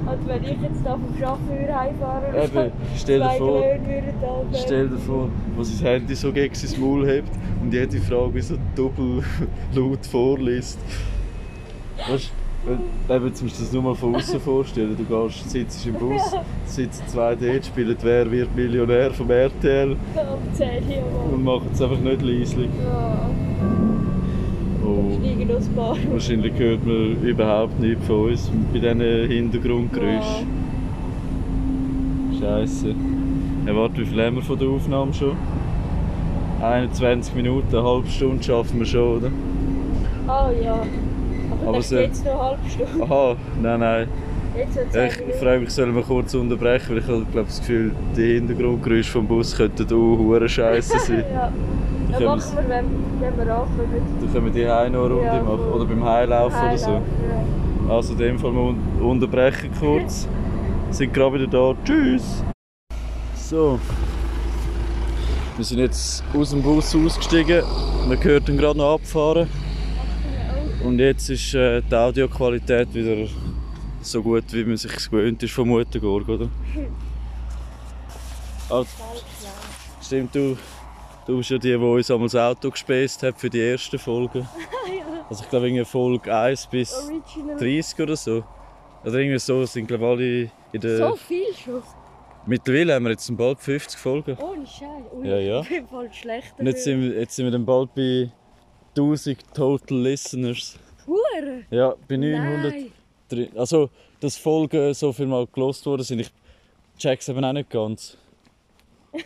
Speaker 2: Und wenn ich jetzt da vom Schaffen würde heimfahren oder so,
Speaker 1: Eben, stell dir
Speaker 2: zwei
Speaker 1: vor...
Speaker 2: Glöhne würden anfangen.
Speaker 1: Stell dir vor, was sein Handy so gegen sein Maul hebt und jede Frage so doppelt laut vorliest. Weißt du, wenn- eben, jetzt musst du das nur mal von außen vorstellen. Du gehst, sitzt im Bus, sitzen zwei dort, spielen Wer wird Millionär vom RTL
Speaker 2: Am 10 Uhr am
Speaker 1: und machen es einfach nicht leislich.
Speaker 2: Abend.
Speaker 1: Oh,
Speaker 2: Steigen aus dem Bar.
Speaker 1: wahrscheinlich hört man überhaupt nichts von uns bei diesen Hintergrundgeräuschen. Scheiße. Ja, warte, wie viel haben wir von der Aufnahme schon? 21 Minuten, eine halbe Stunde schaffen wir schon, oder?
Speaker 2: Ah ja.
Speaker 1: Aber
Speaker 2: Aber das
Speaker 1: so-
Speaker 2: ist jetzt noch eine halbe Stunde.
Speaker 1: Aha, nein, nein.
Speaker 2: Jetzt noch
Speaker 1: Ja,
Speaker 2: 10
Speaker 1: Ich
Speaker 2: Minuten.
Speaker 1: frage mich, sollen wir kurz unterbrechen, weil ich habe glaub, das Gefühl, die Hintergrundgeräusche vom Bus könnten auch hure scheiße sein.
Speaker 2: Ja,
Speaker 1: Da
Speaker 2: dann
Speaker 1: können
Speaker 2: machen
Speaker 1: wir,
Speaker 2: wir, wenn, wenn wir anfangen.
Speaker 1: dann können wir die Heim noch eine Runde
Speaker 2: Ja,
Speaker 1: machen
Speaker 2: voll.
Speaker 1: oder beim Heilaufen oder so.
Speaker 2: Heilaufen, ja.
Speaker 1: Also in dem Fall mal un- unterbrechen kurz. Sind gerade wieder da. Tschüss! So. Wir sind jetzt aus dem Bus ausgestiegen. Man hört ihn gerade noch abfahren. Und jetzt ist äh, die Audioqualität wieder so gut, wie man sich gewöhnt ist vom Muttergurg, oder? Ah, stimmt, du, du bist ja die, die uns einmal das Auto gespäst hat für die ersten Folgen. Also ich glaube, irgendwie Folge 1 bis
Speaker 2: Original.
Speaker 1: 30 oder so. Oder irgendwie so sind glaube ich, alle in der...
Speaker 2: So viel schon.
Speaker 1: Mittlerweile haben wir jetzt bald 50 Folgen.
Speaker 2: Ohne Scheiß.
Speaker 1: Ja, ja.
Speaker 2: Ich bin voll schlecht.
Speaker 1: Und jetzt sind, wir- jetzt sind wir dann bald bei 1000 Total Listeners.
Speaker 2: Hure!
Speaker 1: Ja, bei 900...
Speaker 2: Nein!
Speaker 1: drin- Also, dass Folgen so viel mal gelost worden sind, ich check's eben auch nicht ganz. Ob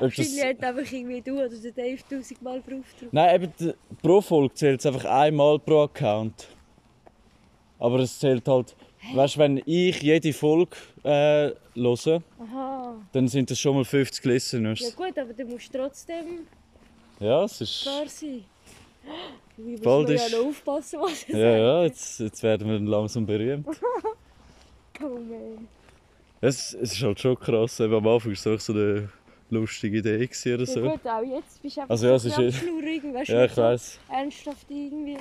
Speaker 1: das,
Speaker 2: Wahrscheinlich hat einfach irgendwie du oder der Dave tausendmal drauf drauf.
Speaker 1: nein, eben d- pro Folge zählt es einfach einmal pro Account. Aber es zählt halt... Weißt du, wenn ich jede Folge äh, höre,
Speaker 2: Aha.
Speaker 1: dann sind das schon mal 50
Speaker 2: Ja
Speaker 1: Listeners.
Speaker 2: gut, aber du musst trotzdem
Speaker 1: Ja, es ist.
Speaker 2: klar sein. Wir
Speaker 1: Bald
Speaker 2: müssen ja
Speaker 1: ist-
Speaker 2: noch aufpassen, was es
Speaker 1: Ja, ja, jetzt, jetzt werden wir dann langsam berühmt.
Speaker 2: Oh man.
Speaker 1: Es, es ist halt schon krass. Eben am Anfang war es auch so eine lustige Idee gewesen oder
Speaker 2: Ja
Speaker 1: so.
Speaker 2: gut, auch jetzt bist du einfach
Speaker 1: Also ja, es
Speaker 2: so
Speaker 1: ist
Speaker 2: knapp
Speaker 1: eh-
Speaker 2: schnurrig, weißt du,
Speaker 1: Ja,
Speaker 2: nicht
Speaker 1: ich
Speaker 2: so
Speaker 1: weiß.
Speaker 2: ernsthaft irgendwie.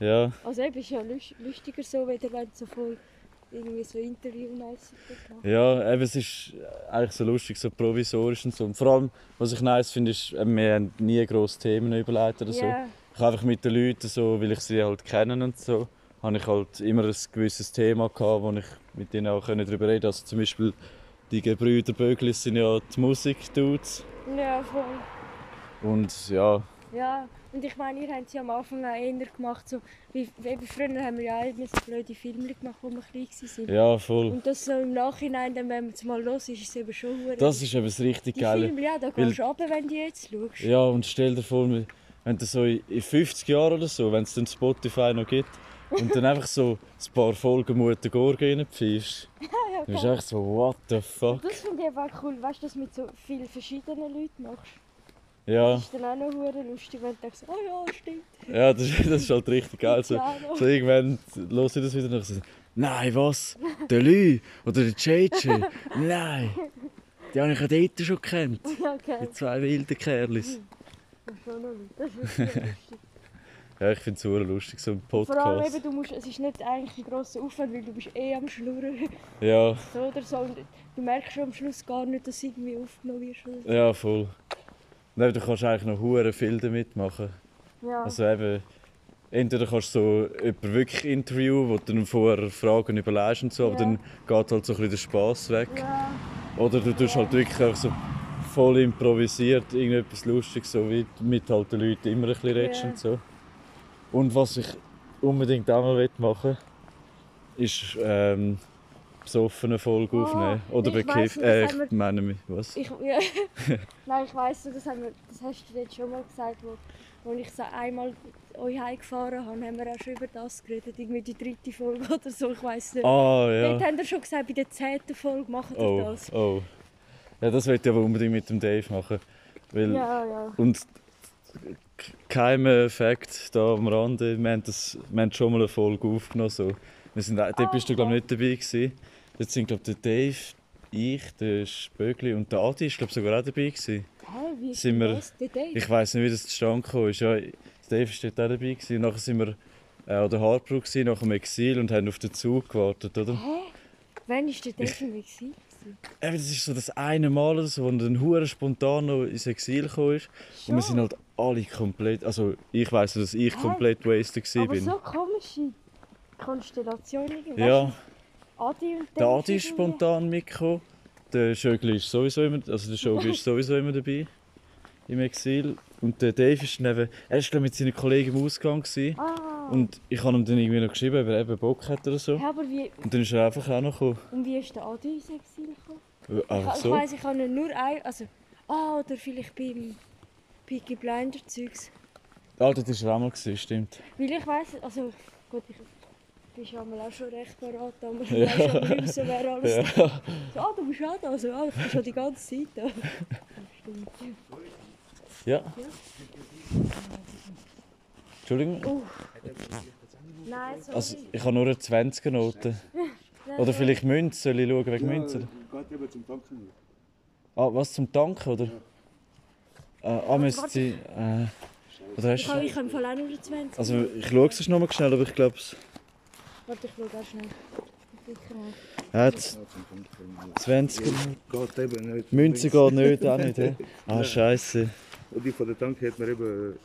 Speaker 1: Ja.
Speaker 2: Also eben, ist ja lust- lustiger so, weder wenn du so voll irgendwie so interviewmäßig bist. ne?
Speaker 1: Ja, eben, es ist eigentlich so lustig, so provisorisch und so. Und vor allem, was ich nice finde, ist, eben, wir haben nie grosse Themen überlegt oder so.
Speaker 2: Ja,
Speaker 1: Ich habe einfach mit den Leuten, so, weil ich sie halt kenne und so, habe ich halt immer ein gewisses Thema gehabt, wo ich mit ihnen auch darüber reden konnte. Also zum Beispiel die Gebrüder Böglis sind ja die Musik-Dudes.
Speaker 2: ja, voll.
Speaker 1: Und ja,
Speaker 2: Ja, und ich meine, ihr habt es ja am Anfang auch eher gemacht, so wie, wie eben früher haben wir ja auch immer so blöde Filme gemacht, wo wir klein waren.
Speaker 1: ja, voll.
Speaker 2: Und das so im Nachhinein, dann, wenn man es mal los ist, ist es eben schon hure-
Speaker 1: Das ist eben das richtig
Speaker 2: Die
Speaker 1: Geile.
Speaker 2: Filme, ja, da
Speaker 1: Weil-
Speaker 2: gehst du runter, wenn du jetzt schaust.
Speaker 1: Ja, und stell dir vor, wir- wenn das so in in 50 Jahren oder so, wenn es dann Spotify noch gibt, und dann einfach so ein paar Folgen Mutter Gorge reinpfeifst, dann bist du echt so, what the fuck?
Speaker 2: Das finde ich einfach cool, weißt du, dass du mit so vielen verschiedenen Leuten machst.
Speaker 1: Ja,
Speaker 2: Das ist dann auch noch hure lustig, wenn du denkst, oh ja, stimmt.
Speaker 1: ja das, ist- das ist halt richtig geil. So,
Speaker 2: Ja, genau. noch.
Speaker 1: so irgendwann höre ich das wieder und ich so, nein, was? Der Lü oder der JJ? Nein! Die habe ich ja dort schon gekannt.
Speaker 2: Ja, okay,
Speaker 1: Die zwei wilden Kerlis.
Speaker 2: schon noch Leute. Das ist lustig.
Speaker 1: Ja, ich finde es super lustig, so ein
Speaker 2: Vor allem eben,
Speaker 1: Podcast.
Speaker 2: du musst, es ist nicht eigentlich ein grosser Aufwand, weil du bist eh am Schlurren
Speaker 1: Ja,
Speaker 2: so oder so und du merkst schon am Schluss gar nicht, dass du irgendwie aufgenommen wirst. Oder?
Speaker 1: ja, voll. Nein, du kannst eigentlich noch hure viel damit machen.
Speaker 2: so. Ja.
Speaker 1: Also eben, entweder kannst du so jemanden wirklich interviewen, wo du dann vorher Fragen überlegst und so, aber
Speaker 2: Ja.
Speaker 1: dann geht halt so ein bisschen der Spass weg.
Speaker 2: ja.
Speaker 1: Oder du tust halt wirklich einfach so voll improvisiert irgendetwas Lustiges, so wie du mit halt den Leuten immer ein bisschen redest
Speaker 2: Ja.
Speaker 1: und so. Und was ich unbedingt auch mal machen will, ist ähm, besoffene Folge
Speaker 2: Ah,
Speaker 1: aufnehmen. Oder
Speaker 2: ich weiss
Speaker 1: bekifft.
Speaker 2: noch, das
Speaker 1: Äh,
Speaker 2: haben wir-
Speaker 1: ich meine mich, was?
Speaker 2: Ich, ja. Nein, ich weiss, das, haben wir, das hast du jetzt schon mal gesagt, wo, wo ich so einmal euch heimgefahren habe, haben wir auch schon über das geredet, irgendwie die dritte Folge oder so, ich weiss nicht.
Speaker 1: Ah,
Speaker 2: Dort
Speaker 1: ja.
Speaker 2: haben wir schon gesagt, bei der zehnten Folge machen wir
Speaker 1: Oh,
Speaker 2: das.
Speaker 1: oh. Ja, das wollte ich aber unbedingt mit dem Dave machen. Weil
Speaker 2: Ja, ja.
Speaker 1: Und kein Fakt da am Rande, wir haben, das, wir haben schon mal eine Folge aufgenommen. So. Wir sind, dort bist du glaub, nicht dabei. Gewesen. Dort sind glaub, der Dave, ich, der Spögli und der Adi ist glaub, sogar auch dabei. Gewesen.
Speaker 2: Hä, wie
Speaker 1: Sind wir-
Speaker 2: das? Der Date?
Speaker 1: Ich weiß nicht, wie das zustande gekommen ist. Ja, der Dave war dort auch dabei. Gewesen. Nachher sind wir äh, an der Hardbrook, gewesen, nach dem Exil und haben auf den Zug gewartet, oder?
Speaker 2: Hä? Wann war der Date im Exil?
Speaker 1: Eben, das ist so das eine Mal, oder so, wo dann hure spontan noch ins Exil gekommen ist. Und wir sind halt alle komplett, also ich weiß, dass ich
Speaker 2: Hä?
Speaker 1: komplett wasted gewesen
Speaker 2: Aber
Speaker 1: bin.
Speaker 2: so komische Konstellationen.
Speaker 1: ja,
Speaker 2: Adi und
Speaker 1: der
Speaker 2: Dave
Speaker 1: Adi ist
Speaker 2: irgendwie.
Speaker 1: spontan mitgekommen. Der Schögli ist sowieso immer, also der Schögli ist sowieso immer dabei im Exil. Und der Dave ist neben, er ist glaub ich, mit seinen Kollegen im Ausgang gewesen.
Speaker 2: Ah.
Speaker 1: Und ich habe ihm dann irgendwie noch geschrieben, ob er eben Bock hat oder so.
Speaker 2: Ja, aber wie,
Speaker 1: Und dann ist er einfach auch noch gekommen.
Speaker 2: und wie ist der Adi ins Exil gekommen?
Speaker 1: Äh, Einfach
Speaker 2: Ich
Speaker 1: so.
Speaker 2: weiss, ich habe ihn nur ein. Also, ah, oder vielleicht beim Peaky Blinder Zeugs.
Speaker 1: Ah, das ist er auch mal gewesen, stimmt.
Speaker 2: Weil ich weiss, also gut, ich bin schon mal auch schon recht parat, aber ich
Speaker 1: Ja.
Speaker 2: weiss schon nicht mehr so, wer alles.
Speaker 1: Ja.
Speaker 2: So, ah, du bist auch da, also, ah, ich bin schon die ganze Zeit da. Stimmt.
Speaker 1: ja. Entschuldigung.
Speaker 2: Nein, sorry.
Speaker 1: Also, ich habe nur eine 20er-Note.
Speaker 2: Nein,
Speaker 1: Oder
Speaker 2: nein.
Speaker 1: vielleicht Münze, soll ich schauen wegen Münze?
Speaker 3: Geht eben zum Tanken.
Speaker 1: Ah, was zum Tanken, oder? Äh, ah, müssen Sie. Äh, oder
Speaker 2: Ich
Speaker 1: hast
Speaker 2: habe
Speaker 1: du.
Speaker 2: ich habe im Fall auch nur 20.
Speaker 1: Also, ich schaue es nochmal schnell, aber ich glaube es.
Speaker 2: Warte, ich schaue auch schnell.
Speaker 1: Äh, z- 20er.
Speaker 3: Geht eben nicht.
Speaker 1: Münze geht nicht, auch nicht. hä? Ah, Scheiße.
Speaker 3: Und die von der Tanke hat man eben.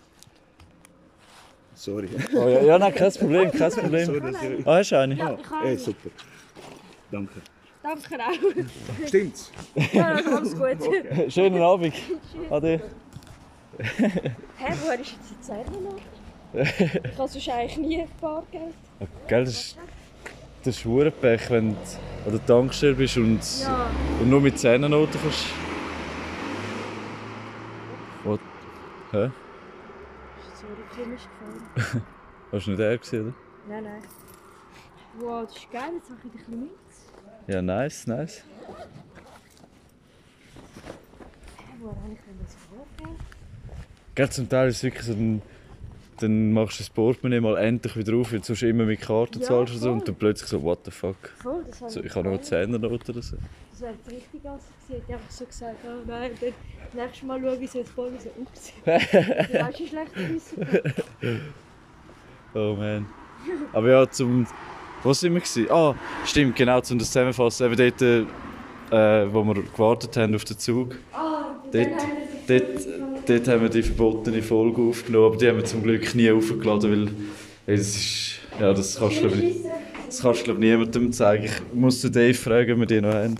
Speaker 3: Sorry.
Speaker 1: Oh, ja, ja, nein, kein Problem, kein Problem.
Speaker 3: Sorry, dass ich-
Speaker 1: Ah, hast du eine?
Speaker 2: Ja, ich habe.
Speaker 3: Ey,
Speaker 2: einen.
Speaker 3: super. Danke.
Speaker 2: Danke auch.
Speaker 3: Stimmt's?
Speaker 2: Ja, alles gut. Hä,
Speaker 1: Schönen Abend. Ade.
Speaker 2: woher ist jetzt die Zähne Ich habe sonst eigentlich nie Bargeld.
Speaker 1: Gell, das ist. Das ist verdammt Pech, wenn du an der Tankstelle bist und,
Speaker 2: Ja.
Speaker 1: und nur mit 10 Noten kannst. What? Hä?
Speaker 2: Sorry, komisch gefallen.
Speaker 1: Hast du nicht er gesehen, oder?
Speaker 2: Nein, nein. Wow, das ist geil, jetzt mache ich dich ein bisschen mit.
Speaker 1: Ja, nice, nice.
Speaker 2: Hä, woher habe ich denn das Bargeld?
Speaker 1: Gell, zum Teil ist es wirklich so, dann, dann machst du das Portemonnaie mal endlich wieder auf, weil du sonst immer mit Karten
Speaker 2: Ja,
Speaker 1: zahlst und so,
Speaker 2: voll.
Speaker 1: und dann plötzlich so, what the fuck.
Speaker 2: Voll, das habe
Speaker 1: So, ich habe nur 10 Noten oder so.
Speaker 2: Das wäre jetzt richtig assi gewesen. Ich hätte einfach so gesagt, oh nein, und dann das nächste Mal schaue ich so ins Ball und so, ups. Du hast ein schlechtes Gewissen gehabt.
Speaker 1: Oh man. Aber ja, zum. Wo sind wir? Gewesen? Ah, stimmt, genau, zum das zusammenfassen. Eben dort, äh, wo wir gewartet haben auf den Zug.
Speaker 2: Ah, und
Speaker 1: Dort,
Speaker 2: dann haben wir sich...
Speaker 1: dort, dort haben wir die verbotene Folge aufgenommen, aber die haben wir zum Glück nie aufgeladen, weil. Ey, das ist. Ja, das kannst du, glaub ich, das kannst du glaub, niemandem zeigen. Ich muss den Dave fragen, ob wir die noch haben.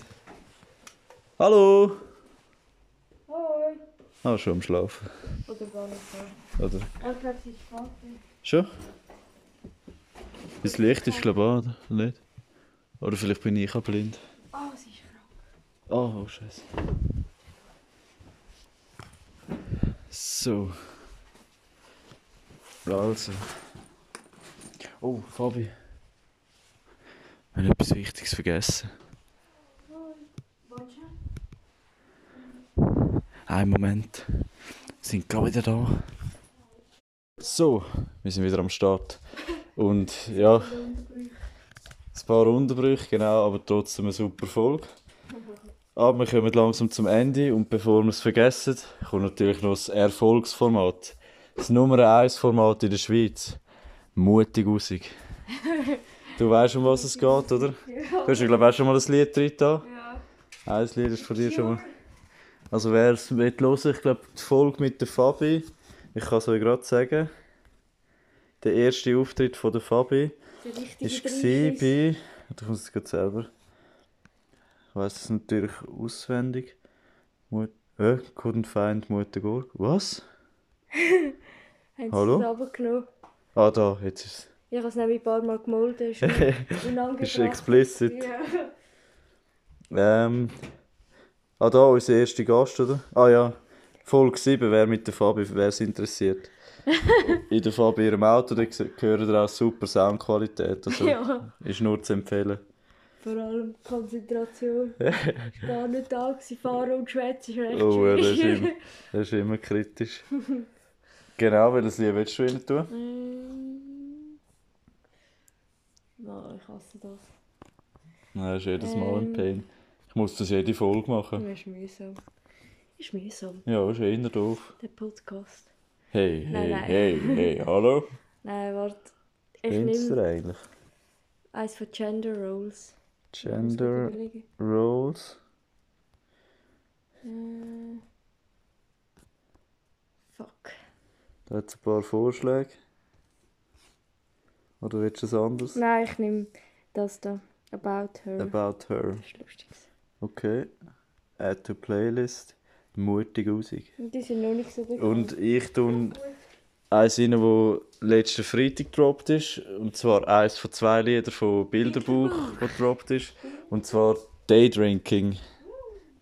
Speaker 1: Hallo!
Speaker 2: Hoi.
Speaker 1: Ah, schon am Schlafen.
Speaker 2: Oder gar nicht so.
Speaker 1: Oder?
Speaker 2: Ich glaube, es ist spannend.
Speaker 1: Schon? Das Licht ist, glaube ich, an, oder nicht? Oder vielleicht bin ich auch blind.
Speaker 2: Ah, es ist krank.
Speaker 1: Oh, oh Scheiße. So. Also. Oh, Fabi. Wir haben etwas Wichtiges vergessen.
Speaker 2: Wolltest du?
Speaker 1: Einen Moment. Wir sind gerade wieder da. So, wir sind wieder am Start. Und ja, ein paar Unterbrüche, genau, aber trotzdem eine super Folge. Aber wir kommen langsam zum Ende und bevor wir es vergessen, kommt natürlich noch das Erfolgsformat. Das Nummer 1 Format in der Schweiz. Mutig raus. Du weißt, um was es geht, oder? Du hast ja, glaube ich, auch schon mal ein Lied drin da. Ja. Ein Lied ist von dir schon mal. Also, wer es hören will, ich glaube, die Folge mit der Fabi. Ich kann es euch gerade sagen. Der erste Auftritt von der Fabi
Speaker 2: Der richtige
Speaker 1: ist
Speaker 2: Drink ist-
Speaker 1: war bei. Warte, Ich muss es gerade selber. Ich weiss es natürlich auswendig. Mut äh, couldn't find Mutter Gorg. Was?
Speaker 2: Haben
Speaker 1: Hallo?
Speaker 2: sie es runtergenommen.
Speaker 1: Ah, da, jetzt ist
Speaker 2: Ich habe es nämlich ein paar Mal gemolden. Ist
Speaker 1: es. ist
Speaker 2: unangebracht.
Speaker 1: explicit. Ähm. Ah, da, unser erster Gast, oder? Ah ja, Folge 7, wer mit der Fabi, wer es interessiert. In der Fabi ihrem Auto, da gse- hören ihr auch super Soundqualität. Also,
Speaker 2: Ja,
Speaker 1: ist nur zu empfehlen.
Speaker 2: vor allem Konzentration. ist gar nicht da gewesen. Fahren und Schwätzen ist recht
Speaker 1: Oh, ja, das ist
Speaker 2: schwierig.
Speaker 1: immer, das ist immer kritisch. genau, welches Lied willst du ihnen tun?
Speaker 2: Ähm. Nein, ich hasse das.
Speaker 1: Nein, das ist jedes Mal ein
Speaker 2: Ähm.
Speaker 1: Pain. Ich muss das jede Folge machen.
Speaker 2: Das ist mühsam. Ist mühsam,
Speaker 1: Ja, ist eh eher doof.
Speaker 2: der Podcast.
Speaker 1: Hey, hey,
Speaker 2: Nein, nein.
Speaker 1: hey, hey, hallo?
Speaker 2: Nein, warte. Ich
Speaker 1: Findest
Speaker 2: nehme
Speaker 1: du eigentlich?
Speaker 2: eins von Gender Roles. Ich muss
Speaker 1: Gender
Speaker 2: gut überlegen.
Speaker 1: Roles.
Speaker 2: Äh. Fuck.
Speaker 1: Da hat ein paar Vorschläge. Oder willst du es anders?
Speaker 2: Nein, ich nehme das da. About her.
Speaker 1: About her.
Speaker 2: das ist lustig.
Speaker 1: Okay. Add to playlist. Mutig Musik.
Speaker 2: Und Die sind noch nicht so bekannt.
Speaker 1: Und ich tun eins rein, wo letzten Freitag gedroppt ist. Und zwar eins von zwei Liedern von Bilderbuch, wo gedroppt ist. Und zwar Daydrinking.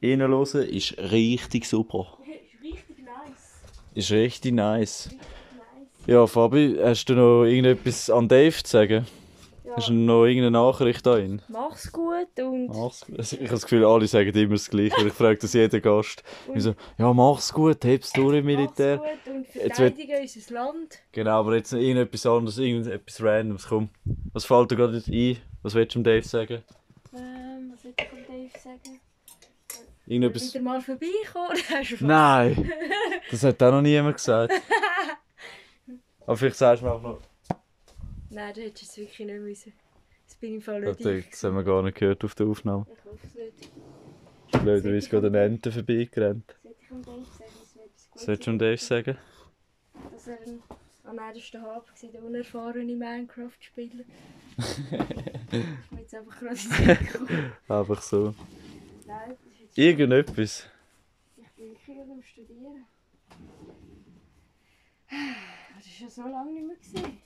Speaker 1: Reinhören ist richtig super.
Speaker 2: Richtig nice.
Speaker 1: Ist richtig nice. Ja, Fabi, hast du noch irgendetwas an Dave zu sagen?
Speaker 2: Ja.
Speaker 1: Hast du noch irgendeine Nachricht an ihn?
Speaker 2: Mach's gut und
Speaker 1: Mach's gut. Ich habe das Gefühl, alle sagen immer das Gleiche. weil Ich frage das jeden Gast. Ich so, ja, mach's gut, heb's durch im Militär.
Speaker 2: mach's gut und
Speaker 1: wird-
Speaker 2: verteidige unser Land.
Speaker 1: Genau, aber jetzt noch irgendetwas anderes, irgendetwas Randoms. Komm, was fällt dir gerade nicht ein? Was willst du dem Dave sagen?
Speaker 2: Ähm, was soll ich dem Dave sagen? Bis...
Speaker 1: Irgendetwas...
Speaker 2: Wieder mal vorbeikommen. Hast du
Speaker 1: Nein! Das hat auch noch niemand gesagt. Aber vielleicht sagst du mir auch noch...
Speaker 2: Nein, da hättest du es wirklich nicht müssen. Das bin ich im Fall
Speaker 1: Das
Speaker 2: nicht ich.
Speaker 1: haben wir gar nicht gehört auf der Aufnahme.
Speaker 2: Ich hoffe es nicht.
Speaker 1: Blöderweise gerade eine Ente vorbeigerannt.
Speaker 2: Sollte ich dem Dave sagen, dass wir
Speaker 1: Was
Speaker 2: etwas
Speaker 1: willst du
Speaker 2: Gutes
Speaker 1: dem Dave sagen?
Speaker 2: Dass er ein, am ersten Halb war, der unerfahrene Minecraft-Spieler. ich bin jetzt einfach gerade in den Sinn gekommen.
Speaker 1: Einfach so.
Speaker 2: Nein, das ist jetzt-
Speaker 1: Irgendetwas.
Speaker 2: ich bin wirklich gerade am Studieren. Das war schon so lange nicht mehr. Gewesen.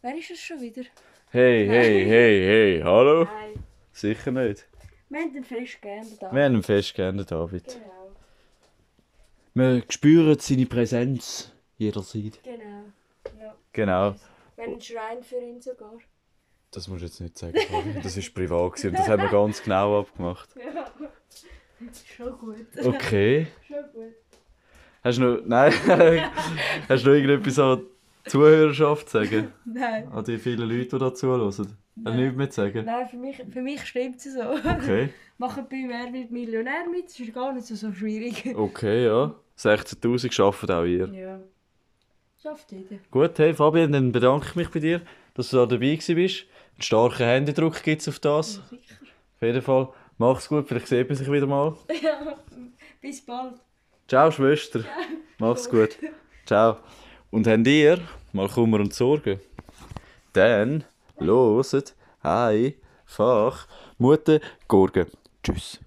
Speaker 2: Wer ist das schon wieder?
Speaker 1: Hey, hey, hey, hey, hallo?
Speaker 2: Nein.
Speaker 1: Sicher nicht.
Speaker 2: Wir haben den frisch geändert.
Speaker 1: Wir haben ihn fest gerne, David.
Speaker 2: Genau.
Speaker 1: Wir spüren seine Präsenz jederzeit.
Speaker 2: Genau. Ja.
Speaker 1: Genau.
Speaker 2: Wir haben einen Schrein für ihn sogar.
Speaker 1: Das musst du jetzt nicht sagen, Fabi. Das ist privat gewesen und das haben wir ganz genau abgemacht.
Speaker 2: Ja. Schon gut.
Speaker 1: Okay.
Speaker 2: Schon gut.
Speaker 1: Hast du noch... Nein. Hast du noch irgendetwas an die Zuhörerschaft zu sagen?
Speaker 2: Nein.
Speaker 1: An die vielen Leute, die da zuhören? Hast du nichts mehr zu sagen?
Speaker 2: Nein, für mich, für mich stimmt es so.
Speaker 1: Okay.
Speaker 2: Machen bei Wer wird Millionär mit, das ist gar nicht so, so schwierig.
Speaker 1: Okay, ja. 16'000 schaffen auch ihr.
Speaker 2: Ja. Schafft jeder.
Speaker 1: Gut, hey Fabian, dann bedanke ich mich bei dir, dass du da dabei gewesen bist. Einen starken Händedruck gibt es auf das.
Speaker 2: Sicher.
Speaker 1: Auf jeden Fall, mach's gut, vielleicht sieht man sich wieder mal.
Speaker 2: Ja. Bis bald.
Speaker 1: Ciao, Schwester. Mach's gut. Ciao. Und habt ihr mal Kummer und Sorgen? Dann loset einfach Mutter Gurgen. Tschüss.